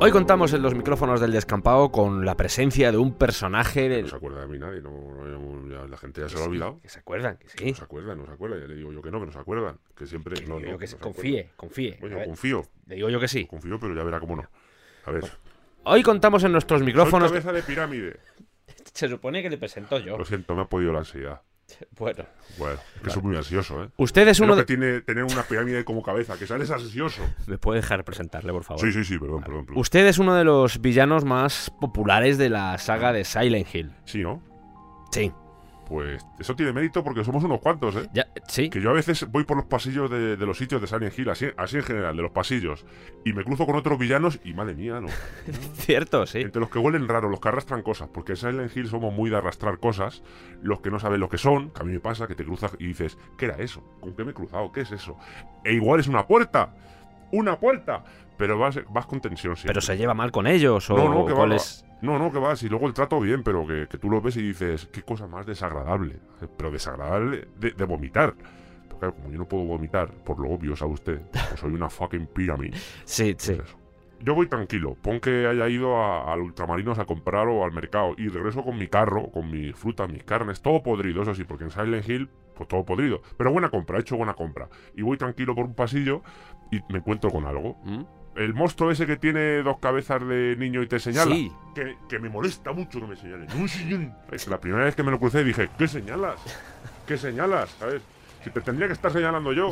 Hoy contamos en los micrófonos del descampado con la presencia de un personaje del... No se acuerda de mí nadie, no, no, ya la gente ya se lo ha Sí, olvidado. Que se acuerdan, que Que sí. No se acuerdan, no se acuerdan. Ya le digo yo que no, que no se acuerdan. Que siempre. Que no, digo no, yo que no se Pues, se confíe, confíe. acuerdan. Bueno, A ver, confío, le digo yo que sí. confío, pero ya verá cómo no. A ver, Hoy contamos en nuestros soy micrófonos... cabeza de pirámide. Se supone que le presento yo. Lo siento, me ha podido la ansiedad. Bueno. Bueno, es que soy muy ansioso, ¿eh? Usted es Es lo uno de... Ah, que tiene tener una pirámide como cabeza, que sales ansioso. ¿Me puede dejar presentarle, por favor? Sí, sí, sí, perdón, perdón. perdón. Usted es uno de los villanos más populares de la saga de Silent Hill. Sí, ¿no? Sí. Pues eso tiene mérito porque somos unos cuantos, ¿eh? Ya, sí. Que yo a veces voy por los pasillos de, de los sitios de Silent Hill, así, así en general, de los pasillos, y me cruzo con otros villanos y madre mía, no. Cierto, sí. Entre los que huelen raro, los que arrastran cosas, porque en Silent Hill somos muy de arrastrar cosas, los que no saben lo que son, que a mí me pasa, que te cruzas y dices, ¿qué era eso? ¿Con qué me he cruzado? ¿Qué es eso? E igual es una puerta, una puerta, pero vas, vas con tensión siempre. Pero se lleva mal con ellos o no, no, que va, cuál va. es... no, no, que vas, y luego el trato bien, pero que, que tú lo ves y dices, qué cosa más desagradable, pero desagradable de, de vomitar. Pero claro, como yo no puedo vomitar, por lo obvio, sabe usted, Como soy una fucking pyramid. Sí, sí. Pues eso. Yo voy tranquilo, pon que haya ido a, al Ultramarinos a comprar o al mercado y regreso con mi carro, con mis frutas, mis carnes, todo podrido, eso sí, porque en Silent Hill, pues todo podrido. Pero buena compra, he hecho buena compra. Y voy tranquilo por un pasillo y me encuentro con algo. ¿Mm? El monstruo ese que tiene dos cabezas de niño y te señala. Sí. Que, que me molesta mucho que me señalen. No, señor. Es que la primera vez que me lo crucé dije, ¿qué señalas? ¿Qué señalas? ¿Sabes? Si te tendría que estar señalando yo,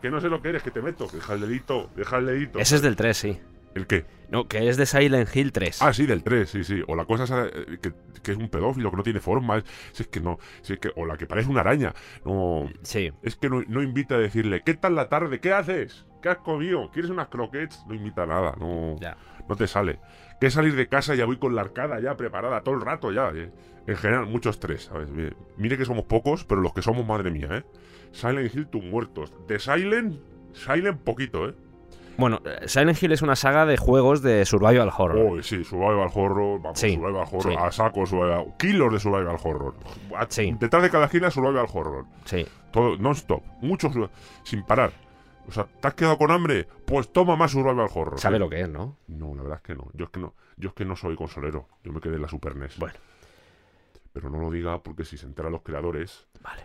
que no sé lo que eres, que te meto. que Deja el dedito, deja el dedito. Ese es del 3, sí. ¿El qué? No, que es de Silent Hill 3. Ah, sí, del 3, sí, sí. O la cosa esa, eh, que, que es un pedófilo, que no tiene forma. Es, si es que no. Si es que, o la que parece una araña. No. Sí. Es que no, no invita a decirle, ¿qué tal la tarde? ¿Qué haces? ¿Qué has comido? ¿Quieres unas croquettes? No invita a nada, no, Ya. no te sale. Que es salir de casa ya voy con la arcada ya preparada todo el rato ya. eh. En general, mucho estrés, ¿sabes? Mire, mire que somos pocos, pero los que somos, madre mía, ¿eh? Silent Hill, tus muertos. De Silent, Silent poquito, ¿eh? Bueno, eh, Silent Hill es una saga de juegos de survival horror. Oh, sí, survival horror, vamos, Sí, survival horror, sí. a saco survival, kilos de survival horror. A- Sí. Detrás de cada esquina survival horror. Sí. Todo, non-stop, muchos sin parar. O sea, ¿te has quedado con hambre? Pues toma más survival horror. Sabe lo que es, ¿no? No, la verdad es que no. Yo es que no, yo es que no soy consolero. Yo me quedé en la Super NES. Bueno. Pero no lo diga porque si se enteran los creadores Vale.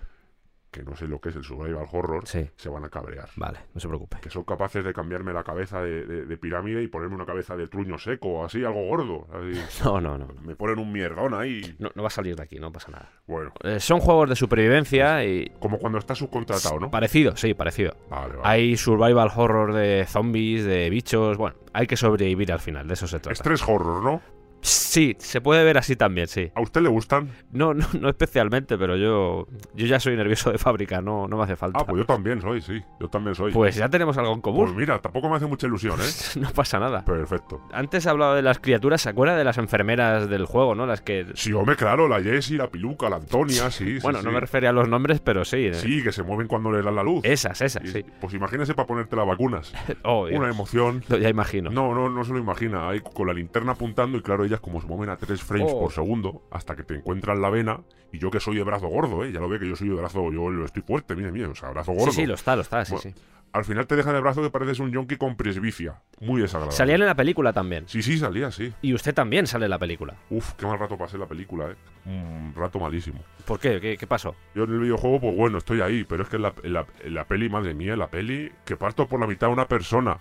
que no sé lo que es el survival horror, Sí. se van a cabrear. Vale, no se preocupe. Que son capaces de cambiarme la cabeza de, de- de pirámide y ponerme una cabeza de truño seco, o así, algo gordo. así. No, no, no. Me ponen un mierdón ahí. No, no va a salir de aquí, no pasa nada. Bueno, Eh, son juegos de supervivencia y... como cuando está subcontratado, Pues ¿no? Parecido, sí, parecido. Vale, vale. Hay survival horror de zombies, de bichos. Bueno, hay que sobrevivir al final, de eso se trata. Estrés horror, ¿no? Sí, se puede ver así también, sí. ¿A usted le gustan? No, no, no especialmente, pero yo, yo ya soy nervioso de fábrica, no, no me hace falta. Ah, pues yo también soy, sí. Yo también soy. Pues ya tenemos algo en Pues común. mira, tampoco me hace mucha ilusión, ¿eh? no pasa nada. Perfecto. Antes he hablado de las criaturas, ¿se acuerda de las enfermeras del juego, no? Las que. Sí, hombre, claro, la Jessie, la Piluca, la Antonia, sí. sí, bueno, sí. no me refería a los nombres, pero sí. eh. Sí, que se mueven cuando le dan la luz. Esas, esas, Y- sí. Pues imagínese para ponerte las vacunas. Oh, Dios. Una emoción. No, ya imagino. No, no, no se lo imagina. Ahí con la linterna apuntando y claro, ellas como se mueven a 3 frames Oh. por segundo hasta que te encuentran la vena. Y yo que soy de brazo gordo, ¿eh? Ya lo ve que yo soy de brazo, yo lo estoy fuerte, mire, mire, o sea, brazo gordo. sí, sí, lo está, lo está, sí, Bueno, sí. Al final te dejan el brazo que pareces un yonki con presbicia. Muy desagradable. Salían en la película también. Sí, sí, salía, sí. Y usted también sale en la película. Uf, qué mal rato pasé la película, eh. Un rato malísimo. ¿Por qué? ¿Qué, qué pasó? Yo en el videojuego, pues bueno, estoy ahí, pero es que en la, en la- en la peli, madre mía, en la peli, que parto por la mitad a una persona,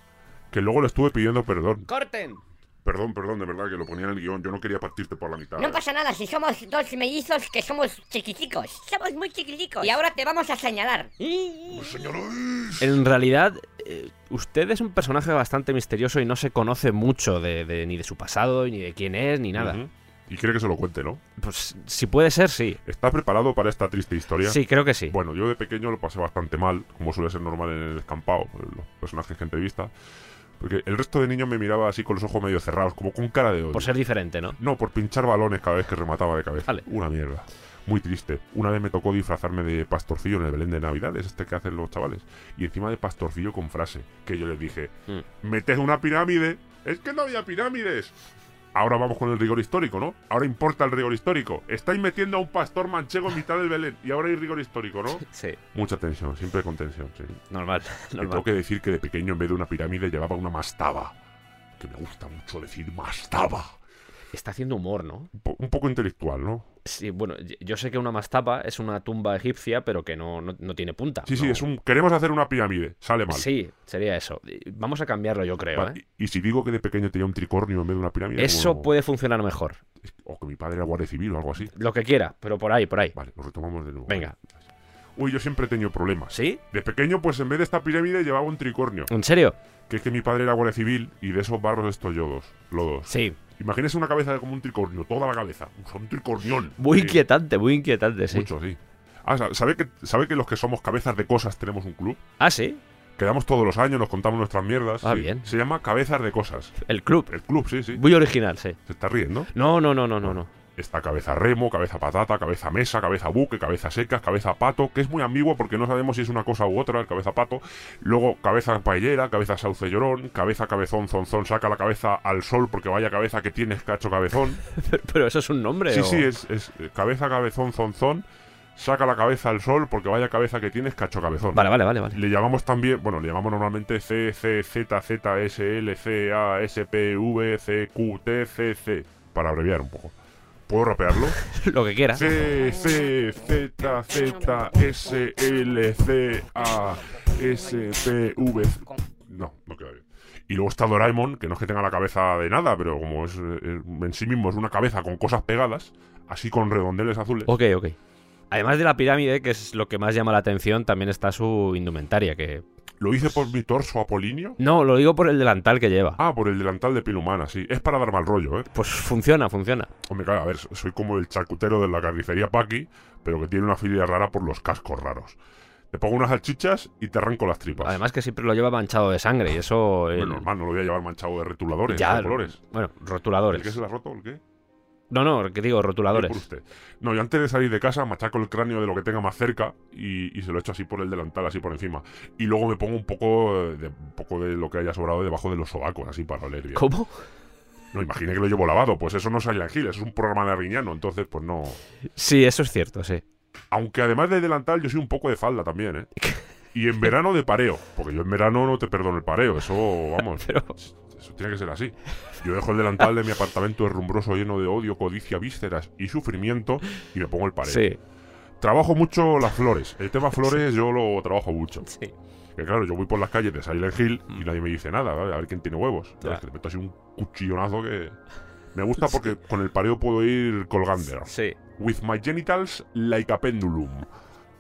que luego le estuve pidiendo perdón. ¡Corten! Perdón, perdón, de verdad, que lo ponía en el guión, yo no quería partirte por la mitad. No pasa nada si somos dos mellizos que somos chiquiticos. Somos muy chiquiticos. Y ahora te vamos a señalar. Señor, En realidad, eh, usted es un personaje bastante misterioso y no se conoce mucho de, de- ni de su pasado, ni de quién es, ni nada. Y quiere que se lo cuente, ¿no? Pues si puede ser, sí. ¿Estás preparado para esta triste historia? Sí, creo que sí. Bueno, yo de pequeño lo pasé bastante mal, como suele ser normal en el descampado, los personajes que entrevista. Porque el resto de niños me miraba así con los ojos medio cerrados, como con cara de odio. Por ser diferente, ¿no? No, por pinchar balones cada vez que remataba de cabeza. Vale. Una mierda. Muy triste. Una vez me tocó disfrazarme de pastorcillo en el Belén de Navidades, este que hacen los chavales. Y encima de pastorcillo con frase, que yo les dije, Mm. metes una pirámide. Es que no había pirámides. Ahora vamos con el rigor histórico, ¿no? Ahora importa el rigor histórico. Estáis metiendo a un pastor manchego en mitad del Belén y ahora hay rigor histórico, ¿no? Sí, Mucha tensión, siempre con tensión, sí. normal, Te tengo normal. que decir que de pequeño en vez de una pirámide llevaba una mastaba. Que me gusta mucho decir mastaba. Está haciendo humor, ¿no? Un, po- un poco intelectual, ¿no? Sí, bueno, y- yo sé que una mastapa es una tumba egipcia, pero que no, no, no tiene punta. Sí, sí, ¿no? es un... Queremos hacer una pirámide, sale mal. Sí, sería eso. Y Vamos a cambiarlo, yo creo, Va, ¿eh? y, y si digo que de pequeño tenía un tricornio en vez de una pirámide... Eso bueno, puede funcionar mejor. es- O que mi padre era guardia civil o algo así. Lo que quiera, pero por ahí, por ahí. Vale, lo retomamos de nuevo. Venga. Uy, yo siempre he tenido problemas. ¿Sí? De pequeño, pues en vez de esta pirámide llevaba un tricornio. ¿En serio? Que es que mi padre era guardia civil y de esos barros estos yodos, lodos. Sí. Imagínese una cabeza como un tricornio, toda la cabeza. O sea, Un tricornión. Muy Eh, inquietante, muy inquietante, sí. Mucho, sí. Ah, sa- ¿sabe que, ¿sabe que los que somos cabezas de cosas tenemos un club? Ah, sí. Quedamos todos los años, nos contamos nuestras mierdas. Ah, sí. bien. Se llama Cabezas de Cosas. El club. El club, sí, sí. Muy original, sí. Se está riendo. No, no, no, no, no, no. Está cabeza remo, cabeza patata, cabeza mesa, cabeza buque, cabeza secas, cabeza pato, que es muy ambiguo porque no sabemos si es una cosa u otra, el cabeza pato. Luego cabeza paellera, cabeza sauce llorón, cabeza cabezón, zonzón, saca la cabeza al sol porque vaya cabeza que tienes, cacho cabezón. Pero, pero eso es un nombre. Sí, o- sí, es, es, eh, cabeza cabezón, zonzón, saca la cabeza al sol porque vaya cabeza que tienes, cacho cabezón. Vale, vale, vale, vale. Le llamamos también, bueno, le llamamos normalmente C, C, Z, Z, S, L, C, A, S, P, V, C, Q, T, C, C, para abreviar un poco. ¿Puedo rapearlo? Lo que quiera. C, C, Z, Z, S, L, C, A, S, P, V. C. No, no queda bien. Y luego está Doraemon, que no es que tenga la cabeza de nada, pero como es, eh, en sí mismo es una cabeza con cosas pegadas, así con redondeles azules. Ok, ok. Además de la pirámide, que es lo que más llama la atención, también está su indumentaria, que... ¿Lo hice por mi torso apolinio? No, lo digo por el delantal que lleva. Ah, por el delantal de piel humana, sí. Es para dar mal rollo, ¿eh? Pues funciona, funciona. Hombre, claro, a ver, soy como el charcutero de la carnicería Paqui, pero que tiene una filia rara por los cascos raros. Te pongo unas salchichas y te arranco las tripas. Pues. Además que siempre lo lleva manchado de sangre y eso... Hombre, el- normal, no lo voy a llevar manchado de rotuladores, ya, pues, de colores. Bueno, ¿El que rotuladores. se la ha roto? ¿El qué? No, no, que digo, Sí, por rotuladores. usted. No, yo antes de salir de casa machaco el cráneo de lo que tenga más cerca y, y se lo echo así por el delantal, así por encima. Y luego me pongo un poco eh, de, un poco de lo que haya sobrado debajo de los sobacos, así para oler bien. ¿Cómo? No, imagine que lo llevo lavado, pues eso no es Silent Hill, eso es un programa de Riñano, entonces pues no... Sí, eso es cierto, sí. Aunque además de delantal, yo soy un poco de falda también, ¿eh? Y en verano de pareo. Porque yo en verano no te perdono el pareo. Eso, vamos. Pero- Eso tiene que ser así. Yo dejo el delantal de mi apartamento herrumbroso lleno de odio, codicia, vísceras y sufrimiento y me pongo el pareo. Sí, Trabajo mucho las flores. El tema flores yo lo trabajo mucho. sí. Que claro, yo voy por las calles de Silent Hill y nadie me dice nada. ¿vale? A ver quién tiene huevos. Mm. Ya. Es que te meto así un cuchillonazo que... Me gusta porque con el pareo puedo ir colgando. Sí. With my genitals like a pendulum.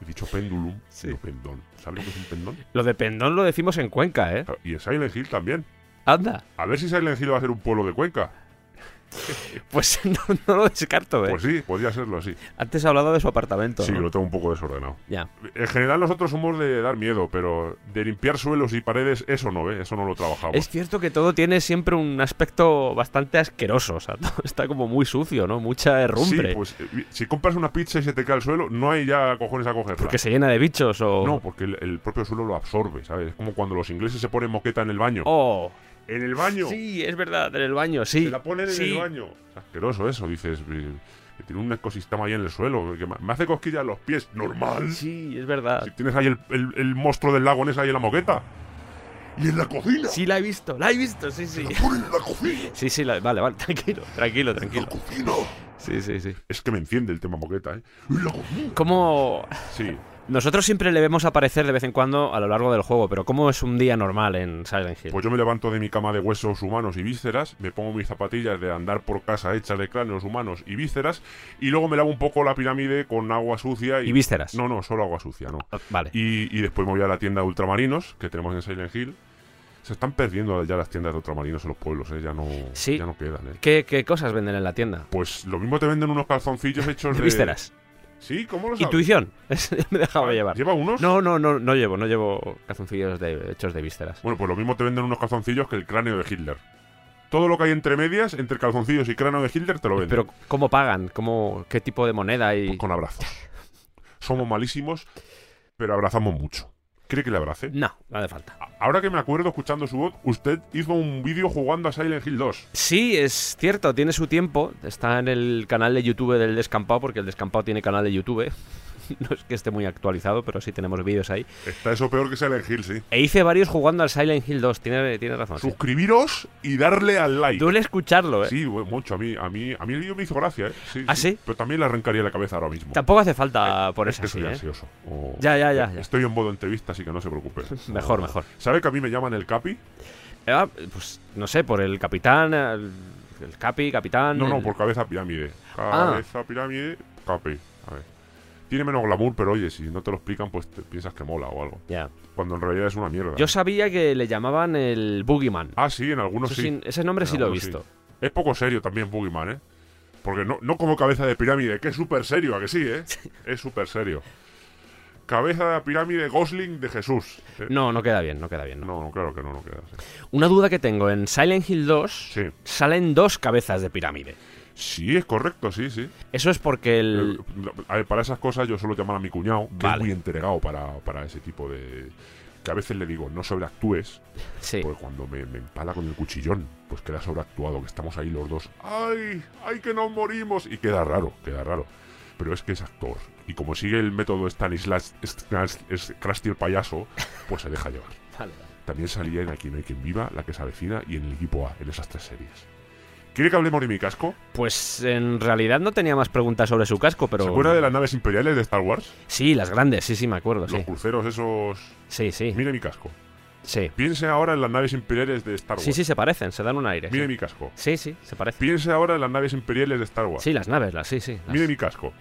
He dicho pendulum, Sí. no pendón. ¿Sabes lo que es un pendón? Lo de pendón lo decimos en Cuenca, ¿eh? Claro, Y en Silent Hill también. Anda. A ver si Silent Hill va a ser un pueblo de Cuenca. Pues no, no lo descarto, ¿eh? Pues sí, podría serlo así. Antes he hablado de su apartamento. Sí, ¿no? lo tengo un poco desordenado. Ya. En general nosotros somos de dar miedo, pero de limpiar suelos y paredes, eso no, ¿eh? Eso no lo trabajamos. Es cierto que todo tiene siempre un aspecto bastante asqueroso. O sea, todo está como muy sucio, ¿no? Mucha herrumbre. Sí, pues eh, si compras una pizza y se te cae al suelo, no hay ya cojones a cogerla. Porque se llena de bichos o. No, porque el, el propio suelo lo absorbe, ¿sabes? Es como cuando los ingleses se ponen moqueta en el baño. Oh. ¡En el baño! Sí, es verdad, en el baño, sí. Se la ponen en sí. el baño. Es asqueroso eso, dices. eh, Que tiene un ecosistema ahí en el suelo. Que me me hace cosquillas los pies. Normal. Sí, es verdad. Si tienes ahí el, el- el monstruo del lago Ness ahí en la moqueta. Y en la cocina. Sí, la he visto, la he visto, sí, sí. La ponen en la cocina. Sí, sí, la- vale, vale, tranquilo, tranquilo, En la tranquilo. cocina. Sí, sí, sí. Es que me enciende el tema moqueta, ¿eh? En la cocina. ¿Cómo.? Sí. Nosotros siempre le vemos aparecer de vez en cuando a lo largo del juego, pero ¿cómo es un día normal en Silent Hill? Pues yo me levanto de mi cama de huesos humanos y vísceras, me pongo mis zapatillas de andar por casa hechas de cráneos humanos y vísceras, y luego me lavo un poco la pirámide con agua sucia y... y vísceras. No, no, solo agua sucia, no. Ah, Vale. Y, y después me voy a la tienda de ultramarinos que tenemos en Silent Hill. Se están perdiendo ya las tiendas de ultramarinos en los pueblos, ¿eh? ya, no, Sí. ya no quedan. ¿eh? ¿Qué, qué cosas venden en la tienda? Pues lo mismo te venden unos calzoncillos hechos De de. vísceras. Sí, ¿cómo lo sabes? Ah, Intuición. Es- Me he dejado llevar. ¿Lleva unos? No, no, no, no llevo, no llevo calzoncillos de, hechos de vísceras. Bueno, pues lo mismo te venden unos calzoncillos que el cráneo de Hitler. Todo lo que hay entre medias, entre calzoncillos y cráneo de Hitler, te lo venden. Pero ¿cómo pagan? ¿Cómo, ¿Qué tipo de moneda Pues y...? con abrazos. Somos malísimos, pero abrazamos mucho. ¿Cree que le abrace? No, no hace falta. A- Ahora que me acuerdo escuchando su voz, usted hizo un vídeo jugando a Silent Hill 2. Sí, es cierto, tiene su tiempo. Está en el canal de YouTube del Descampado, porque el Descampado tiene canal de YouTube. No es que esté muy actualizado, pero sí tenemos vídeos ahí. Está eso peor que Silent Hill, sí. E hice varios jugando al Silent Hill 2, tiene, tiene razón. sí. Suscribiros y darle al like. Duele escucharlo, ¿eh? Sí, bueno, mucho. A mí, a mí, a mí el vídeo me hizo gracia, ¿eh? Sí, ¿Ah, sí? Pero también le arrancaría la cabeza ahora mismo. Tampoco hace falta por Es eso, que soy ¿eh? ansioso. O- Ya, ya, ya, ya. Estoy en modo entrevista, así que no se preocupe. Mejor, mejor. ¿Sabe que a mí me llaman el Capi? Eh, ah, pues no sé, por el capitán, el, el capi, capitán. No, no, el- por cabeza pirámide. Ah. Cabeza pirámide, Capi. A ver. Tiene menos glamour, pero oye, si no te lo explican, pues te piensas que mola o algo. Ya. Cuando en realidad es una mierda. Yo sabía que le llamaban el Boogeyman. Ah, sí, en algunos Eso sí. sí- ese nombre En sí lo he algunos visto. Es poco serio también Boogeyman, ¿eh? Porque no, no como cabeza de pirámide, que es súper serio, ¿a que sí, eh? Es súper serio. Cabeza de pirámide Gosling de Jesús. Eh, No, no queda bien, no queda bien. no. No, no, claro que no, no queda así. Una duda que tengo, en Silent Hill 2 Sí. salen dos cabezas de pirámide. Sí, es correcto, sí, sí. Eso es porque el... Eh, a ver, para esas cosas yo suelo llamar a mi cuñado, que Vale. es muy entregado para, para ese tipo de... Que a veces le digo, no sobreactúes, Sí. porque Pues cuando me, me empala con el cuchillón, pues queda sobreactuado, que estamos ahí los dos. ¡Ay! ¡Ay que nos morimos! Y queda raro, queda raro. Pero es que es actor. Y como sigue el método Stanislas Stas- es Krusty el payaso, pues se deja llevar. Vale, vale. También salía en Aquí no hay quien viva, La que se avecina y en el equipo A, en esas tres series. ¿Quiere que hablemos de mi casco? Pues en realidad no tenía más preguntas sobre su casco, pero... ¿Se acuerda de las naves imperiales de Star Wars? Sí, las grandes, sí, sí, me acuerdo, Los sí. cruceros esos... Sí, sí, Mire mi casco. sí. Piense ahora en las naves imperiales de Star Wars. Sí, sí, se parecen, se dan un aire. Mire sí. mi casco. Sí, sí, se parecen. Piense ahora en las naves imperiales de Star Wars. Sí, las naves, las, sí, sí. las- Mire mi casco.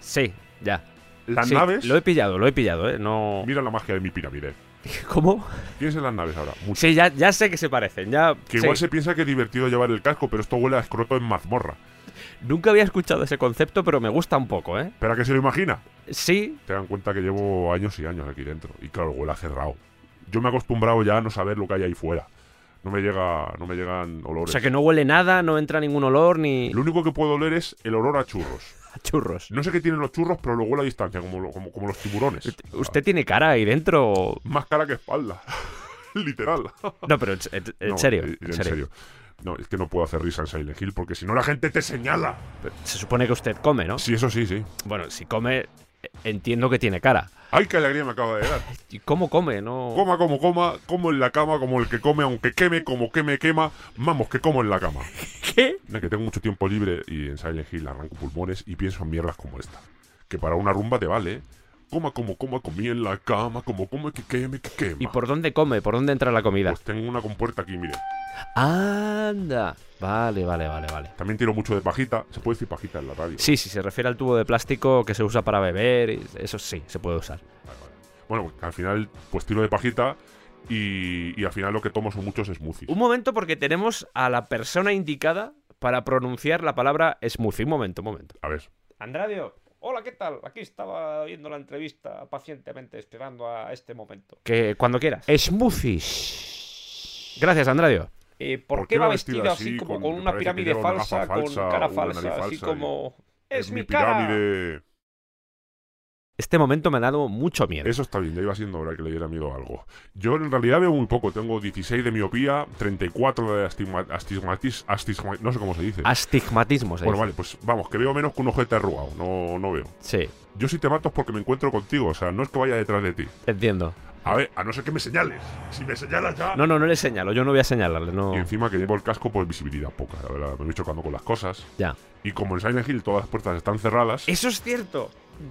Sí, ya. Las Sí, naves. Lo he pillado, lo he pillado, ¿eh? No... Mira la magia de mi pirámide. ¿Cómo? Piensa en las naves ahora. Mucho. Sí, ya, ya sé que se parecen, ya... sí. Que igual se piensa que es divertido llevar el casco, pero esto huele a escroto en mazmorra. Nunca había escuchado ese concepto, pero me gusta un poco, ¿eh? ¿Pero a qué se lo imagina? Sí, Te dan cuenta que llevo años y años aquí dentro. Y claro, huele a cerrado. Yo me he acostumbrado ya a no saber lo que hay ahí fuera. No me llega, no me llegan o olores. sea que no huele nada, no entra ningún olor ni... Lo único que puedo oler es el olor a churros. Churros. No sé qué tienen los churros, pero lo huele a distancia, como, lo- como, como los tiburones. ¿Usted tiene cara ahí dentro? o- más cara que espalda. Literal. No, pero en, en- en No, serio, eh, en serio. No, es que no puedo hacer risa en Silent Hill porque si no la gente te señala. Se supone que usted come, ¿no? Sí, eso sí, sí. Bueno, si come, eh, entiendo que tiene cara. Ay, qué alegría me acaba de dar. ¿Y cómo come? No. Coma como coma, como en la cama, como el que come, aunque queme, como que me quema. Vamos, que como en la cama. ¿Qué? No, que tengo mucho tiempo libre y en Silent Hill arranco pulmones y pienso en mierdas como esta. Que para una rumba te vale. ¿eh? Coma como coma, comí en la cama, como come, que queme, que quema. ¿Y por dónde come? ¿Por dónde entra la comida? Pues tengo una compuerta aquí, mire. Anda. Vale, vale, vale, vale. También tiro mucho de pajita. Se puede decir pajita en la radio. Sí, sí, se refiere al tubo de plástico que se usa para beber. y Eso sí, se puede usar. Bueno, al final, pues tiro de pajita y, y al final lo que tomo son muchos smoothies. Un momento, porque tenemos a la persona indicada para pronunciar la palabra smoothie. Un momento, un momento. A ver, Andradio, hola, ¿qué tal? Aquí estaba viendo la entrevista pacientemente esperando a este momento. Que cuando quieras. Smoothies. Gracias, Andradio. ¿por qué qué va va vestido vestido así, así, como con- con me una parece que pirámide lleva una falsa, gafa con falsa, cara una nariz falsa, así falsa y- como, pirámide. Este momento me ha dado mucho miedo. Eso está bien, ya iba siendo hora que le diera miedo a algo. Yo en realidad veo muy poco, tengo 16 de miopía, 34 de astigma- astigmatis, astigma- no sé cómo se dice. Ah, Astigmatismo, se Bueno, dice. vale, pues vamos, que veo menos que un ojete arrugado, no, no veo. Sí, Yo sí te mato es porque me encuentro contigo, o sea, no es que vaya detrás de ti. entiendo. A ver, a no ser que me señales. Si me señalas ya... No, no, no le señalo, yo no voy a señalarle, no. Y encima que llevo el casco, pues visibilidad poca, la verdad. Me voy chocando con las cosas. Ya. Y como en Silent Hill todas las puertas están cerradas, Eso es cierto.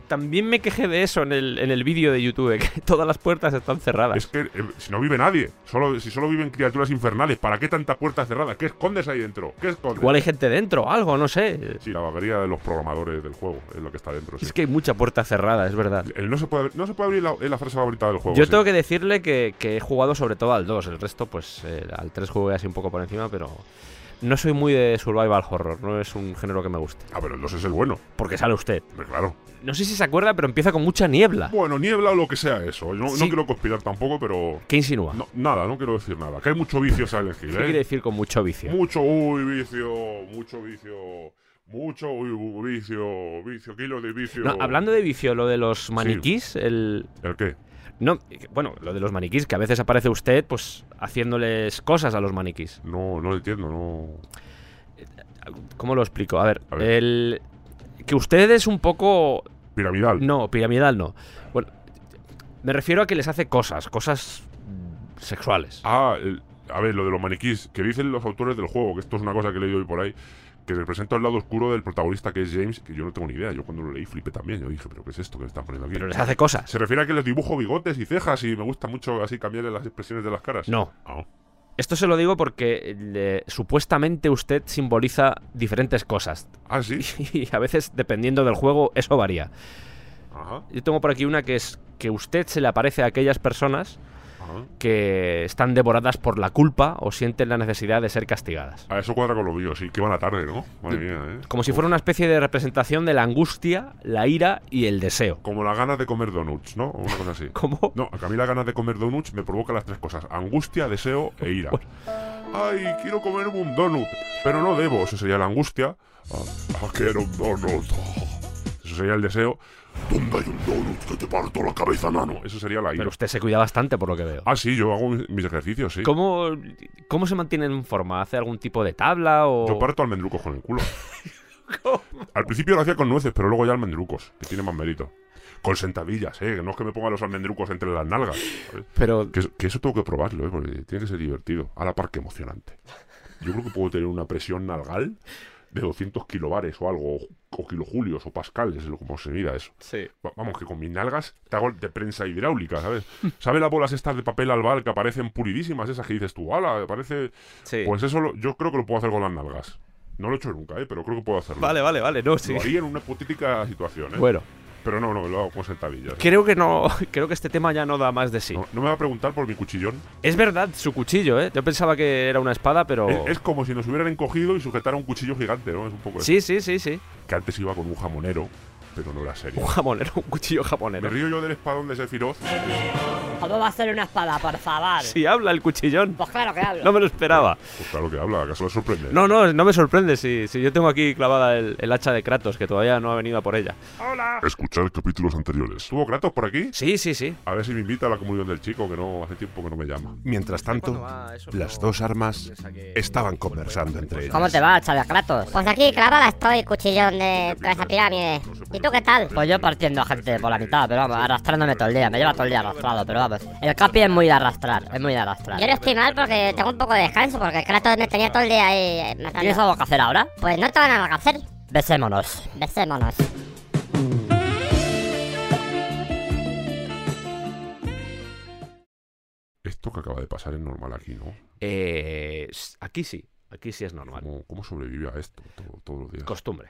También me quejé de eso en el, en el vídeo de YouTube, que todas las puertas están cerradas. es que eh, si no vive nadie, solo, si solo viven criaturas infernales, ¿para qué tanta puerta cerrada? ¿Qué escondes ahí dentro? ¿Qué escondes? Igual hay gente dentro o algo, no sé. Sí, la vaguería de los programadores del juego es lo que está dentro. sí. Es que hay mucha puerta cerrada, es verdad. El no, se puede, abrir- no se puede abrir la, es la frase favorita del juego. Yo sí. tengo que decirle que, que he jugado sobre todo al 2, el resto pues eh, al 3 jugué así un poco por encima, pero no soy muy de survival horror, no es un género que me guste. Ah, pero el 2 es el bueno. Porque sale usted. Hombre, Claro. No sé si se acuerda, pero empieza con mucha niebla. Bueno, niebla o lo que sea eso. No, no Sí. quiero conspirar tampoco, pero. ¿Qué insinúa? no, nada, no quiero decir nada. Que hay mucho vicio en Silent Hill, ¿Qué ¿eh? quiere decir con mucho vicio? Mucho uy, vicio, mucho vicio, mucho uy, uy, vicio, vicio, kilo de vicio. No, hablando de vicio, lo de los maniquís, el... ¿El qué? No, eh, bueno, lo de los maniquís, que a veces aparece usted, pues, haciéndoles cosas a los maniquís. No, no lo entiendo, no. ¿Cómo lo explico? A ver, A ver. el. Que usted es un poco. Piramidal. No, piramidal no. Bueno, me refiero a que les hace cosas, cosas mm, sexuales. Ah, el- a ver, lo de los maniquís, que dicen los autores del juego, que esto es una cosa que he leído hoy por ahí, que representa el lado oscuro del protagonista que es James, que yo no tengo ni idea, yo cuando lo leí flipé también, yo dije, pero ¿qué es esto que me están poniendo aquí? Pero les hace cosas. Se refiere a que les dibujo bigotes y cejas y me gusta mucho así cambiarle las expresiones de las caras. No. Ah. Esto se lo digo porque eh, supuestamente usted simboliza diferentes cosas. Ah, sí. Y a veces, dependiendo del juego, eso varía. Ajá. Yo tengo por aquí una que es que usted se le aparece a aquellas personas ajá. que están devoradas por la culpa o sienten la necesidad de ser castigadas. Ah, eso cuadra con lo mío, sí, que van a tarde, ¿no? Madre mía, ¿eh? Como si fuera una especie de representación de la angustia, la ira y el deseo. Como las ganas de comer donuts, ¿no? O una cosa así. ¿Cómo? No, a mí las ganas de comer donuts me provoca las tres cosas: angustia, deseo e ira. Ay, quiero comerme un donut, pero no debo. Eso sería la angustia. Ah, ah, quiero un donut. Ah. Eso sería el deseo. ¿Dónde hay un donut que te parto la cabeza, nano? Eso sería la ira. Pero usted se cuida bastante, por lo que veo. Ah, sí, yo hago mis mis ejercicios, sí. ¿Cómo, ¿Cómo se mantiene en forma? ¿Hace algún tipo de tabla o...? Yo parto almendrucos con el culo. Al principio lo hacía con nueces, pero luego ya almendrucos, que tiene más mérito. Con sentadillas, ¿eh? Que no es que me ponga los almendrucos entre las nalgas. ¿sabes? Pero Que, es- que eso tengo que probarlo, ¿eh? Porque tiene que ser divertido. A la par que emocionante. Yo creo que puedo tener una presión nalgal de 200 kilobares o algo, o kilojulios o pascales, es lo como se mira eso. Sí. Va- Vamos, que con mis nalgas te hago de prensa hidráulica, ¿sabes? ¿Sabes las bolas estas de papel albal que aparecen pulidísimas, esas que dices tú, ala, parece... Sí. Pues eso lo- yo creo que lo puedo hacer con las nalgas. No lo he hecho nunca, ¿eh? Pero creo que puedo hacerlo. Vale, vale, vale, no, sí. Lo haría en una hipotética situación, ¿eh? Bueno, Pero no, no, lo hago con sentadillas. ¿eh? creo que no, creo que este tema ya no da más de sí. No, no me va a preguntar por mi cuchillón. Es verdad, su cuchillo, ¿eh? Yo pensaba que era una espada, pero... Es, es como si nos hubieran encogido y sujetara un cuchillo gigante, ¿no? Es un poco eso. Sí, sí, sí, sí. Que antes iba con un jamonero, pero no era serio. Un jamonero, un cuchillo Me jamonero. río yo del espadón de Sephiroth. Pues ¿Cómo va a ser una espada, por favor? Sí, habla el cuchillón. Pues claro que hablo. No me lo esperaba. Pues claro que habla, acaso le sorprende. No, no, no me sorprende si, si yo tengo aquí clavada el, el hacha de Kratos, que todavía no ha venido a por ella. Escuchar capítulos anteriores. ¿Tuvo Kratos por aquí? Sí, sí, sí. A ver si me invita a la comunión del chico, que no hace tiempo que no me llama. Mientras tanto, las dos armas estaban conversando entre ellas. ¿Cómo te va, Chaviacratos? Pues aquí clavada estoy, cuchillón de tras la pirámide. ¿Y tú qué tal? Pues yo partiendo a gente por la mitad, pero vamos, arrastrándome todo el día. Me lleva todo el día arrastrado, pero vamos. El capi es muy de arrastrar, es muy de arrastrar. Yo no estoy mal porque tengo un poco de descanso, porque Kratos me tenía todo el día ahí eh, ¿Tienes matando. algo que hacer ahora? Pues no tengo nada que hacer. Besémonos. Besémonos. Esto que acaba de pasar es normal aquí, ¿no? Eh, s- aquí sí, aquí sí es normal. ¿Cómo, cómo sobrevive a esto todo- todos los días? Costumbre.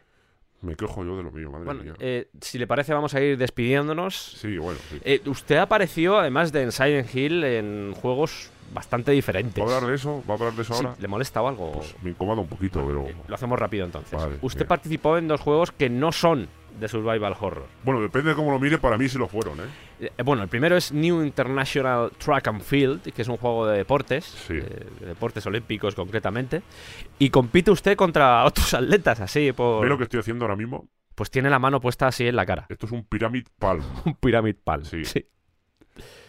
Me quejo yo de lo mío, madre Bueno, mía. eh, si le parece vamos a ir despidiéndonos. Sí, bueno, sí. Eh, usted apareció, además de en Silent Hill, en juegos bastante diferentes. ¿Va a hablar de eso? ¿Va a hablar de eso Sí, ahora? ¿Le molesta o algo? Eh, Pues me incomoda un poquito, pero... Lo hacemos rápido entonces. Vale, Usted bien. participó en dos juegos que no son de survival horror. Bueno, depende de cómo lo mire, para mí sí lo fueron, ¿eh? Eh, Bueno, el primero es New International Track and Field, que es un juego de deportes, Sí. eh, de deportes olímpicos concretamente, y compite usted contra otros atletas así por ¿Ve lo que estoy haciendo ahora mismo? pues tiene la mano puesta así en la cara. Esto es un Pyramid Palm. Un pyramid pal. Sí. sí.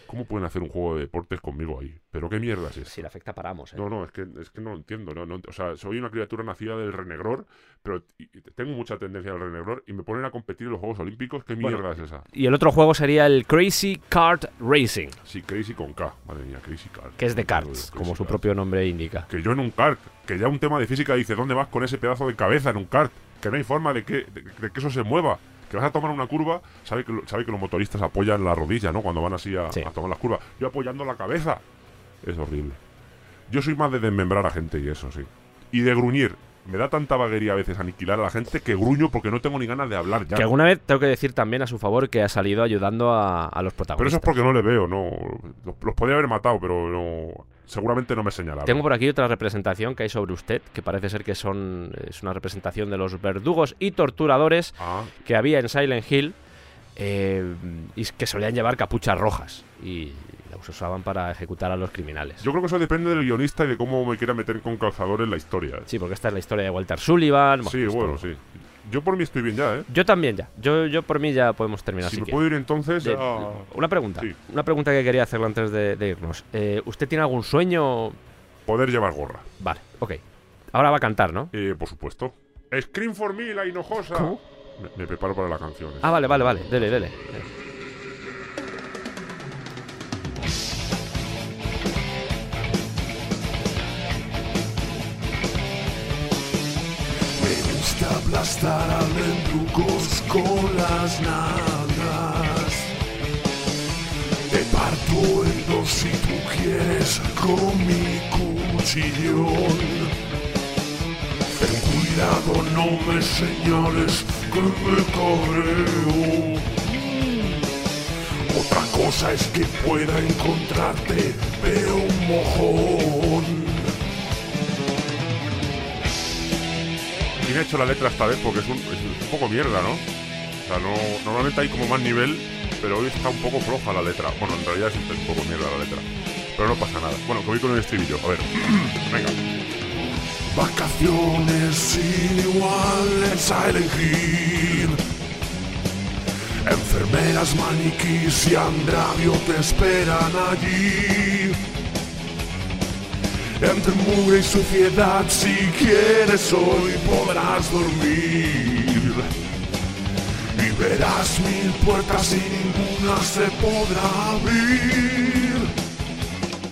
¿Cómo pueden hacer un juego de deportes conmigo ahí? ¿Pero qué mierda es eso? Sí, le afecta para ambos, ¿eh? No, no, es que, es que no lo entiendo. No, no- o sea, soy una criatura nacida del renegror, pero t- y- tengo mucha tendencia al renegror y me ponen a competir en los Juegos Olímpicos. ¿Qué Bueno. mierda es esa? Y el otro juego sería el Crazy Kart Racing, Sí, Crazy con K. Madre mía, Crazy Kart. que es de Crazy karts, como su Kart. propio nombre indica. Que yo en un kart, que ya un tema de física dice, ¿dónde vas con ese pedazo de cabeza en un kart? Que no hay forma de que, de, de que eso se mueva. Que vas a tomar una curva, sabe que, lo- sabe que los motoristas apoyan la rodilla, ¿no? Cuando van así a, Sí. a tomar las curvas. Yo apoyando la cabeza. Es horrible. Yo soy más de desmembrar a gente y eso, sí. Y de gruñir. Me da tanta vaguería a veces aniquilar a la gente que gruño porque no tengo ni ganas de hablar ya. Que alguna vez tengo que decir también a su favor que ha salido ayudando a, a los Pero eso protagonistas. es porque no le veo, no. Los, los podría haber matado, pero no. Seguramente no me señalaron. Tengo por aquí otra representación que hay sobre usted, que parece ser que son es una representación de los verdugos y torturadores Ah, que había en Silent Hill eh, y que solían llevar capuchas rojas y las usaban para ejecutar a los criminales. Yo creo que eso depende del guionista y de cómo me quiera meter con calzadores la historia. Sí, porque esta es la historia de Walter Sullivan. bueno, sí, esto- bueno, sí. Yo por mí estoy bien ya, ¿eh? Yo también ya. Yo, yo por mí ya podemos terminar. si si me quieres. puedo ir entonces De- a- Una pregunta. Sí. Una pregunta que quería hacerle antes de, de irnos. Eh, ¿Usted tiene algún sueño? poder llevar gorra. Vale, ok. Ahora va a cantar, ¿no? Eh, por supuesto. Scream for me, la hinojosa. ¿Cómo? Me, me preparo para la canción. eh. Ah, vale, vale, vale. Dele, dele. Me gusta aplastar almendrucos con las nalgas. pues. Te parto en dos si tú quieres con mi cuchillón. Ten cuidado, no me señales que me cabreo. Otra cosa es que pueda encontrarte, pero un mojón. ¿Quién ha hecho la letra esta vez? Porque es un, es un poco mierda, ¿no? O sea, no, normalmente hay como más nivel, pero hoy está un poco floja la letra. Bueno, en realidad siempre es un poco mierda la letra. Pero no pasa nada. Bueno, que voy con el estribillo. A ver. Venga. Vacaciones sin igual en Silent Hill. Enfermeras, maniquís y andravio te esperan allí. Entre mugre y suciedad, si quieres hoy podrás dormir. Y verás mil puertas y ninguna se podrá abrir.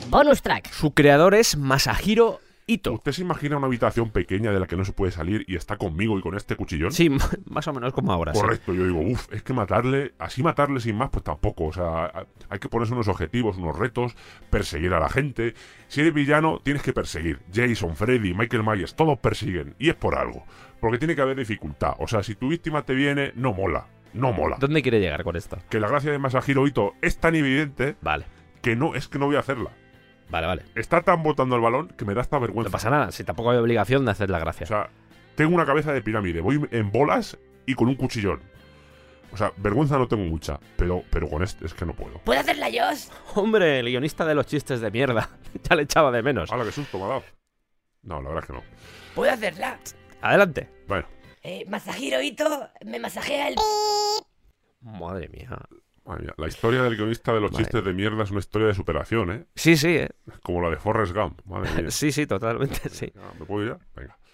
Bonus track. Su creador es Masahiro Ito. ¿Usted se imagina una habitación pequeña de la que no se puede salir y está conmigo y con este cuchillón? Sí, m- más o menos como ahora. sí. Correcto, yo digo, uff, es que matarle, así matarle sin más, pues tampoco. O sea, hay que ponerse unos objetivos, unos retos, perseguir a la gente. Si eres villano, tienes que perseguir. Jason, Freddy, Michael Myers, todos persiguen. Y es por algo. Porque tiene que haber dificultad. O sea, si tu víctima te viene, no mola. No mola. ¿Dónde quiere llegar con esto? Que la gracia de Masahiro Ito es tan evidente Vale, que no, es que no voy a hacerla. vale, vale. Está tan botando el balón que me da esta No vergüenza. pasa nada, si tampoco hay obligación de hacer la gracia. Pues O sea, tengo una cabeza de pirámide, voy en bolas y con un cuchillón. O sea, vergüenza no tengo mucha, pero, pero con este es que no puedo. ¿Puedo hacerla yo? Hombre, el guionista de los chistes de mierda. ya le echaba de menos. ¡Hala, qué susto me ha dado! No, la verdad es que no. ¿Puedo hacerla? Adelante. Bueno, Eh, masajero Ito, me masajea el... Madre mía. madre mía, la historia del guionista de los Vale. chistes de mierda es una historia de superación, ¿eh? Sí, sí, eh. Como la de Forrest Gump, madre mía. Sí, sí, totalmente, sí. Ya, ¿Me puedo ir ya? Venga.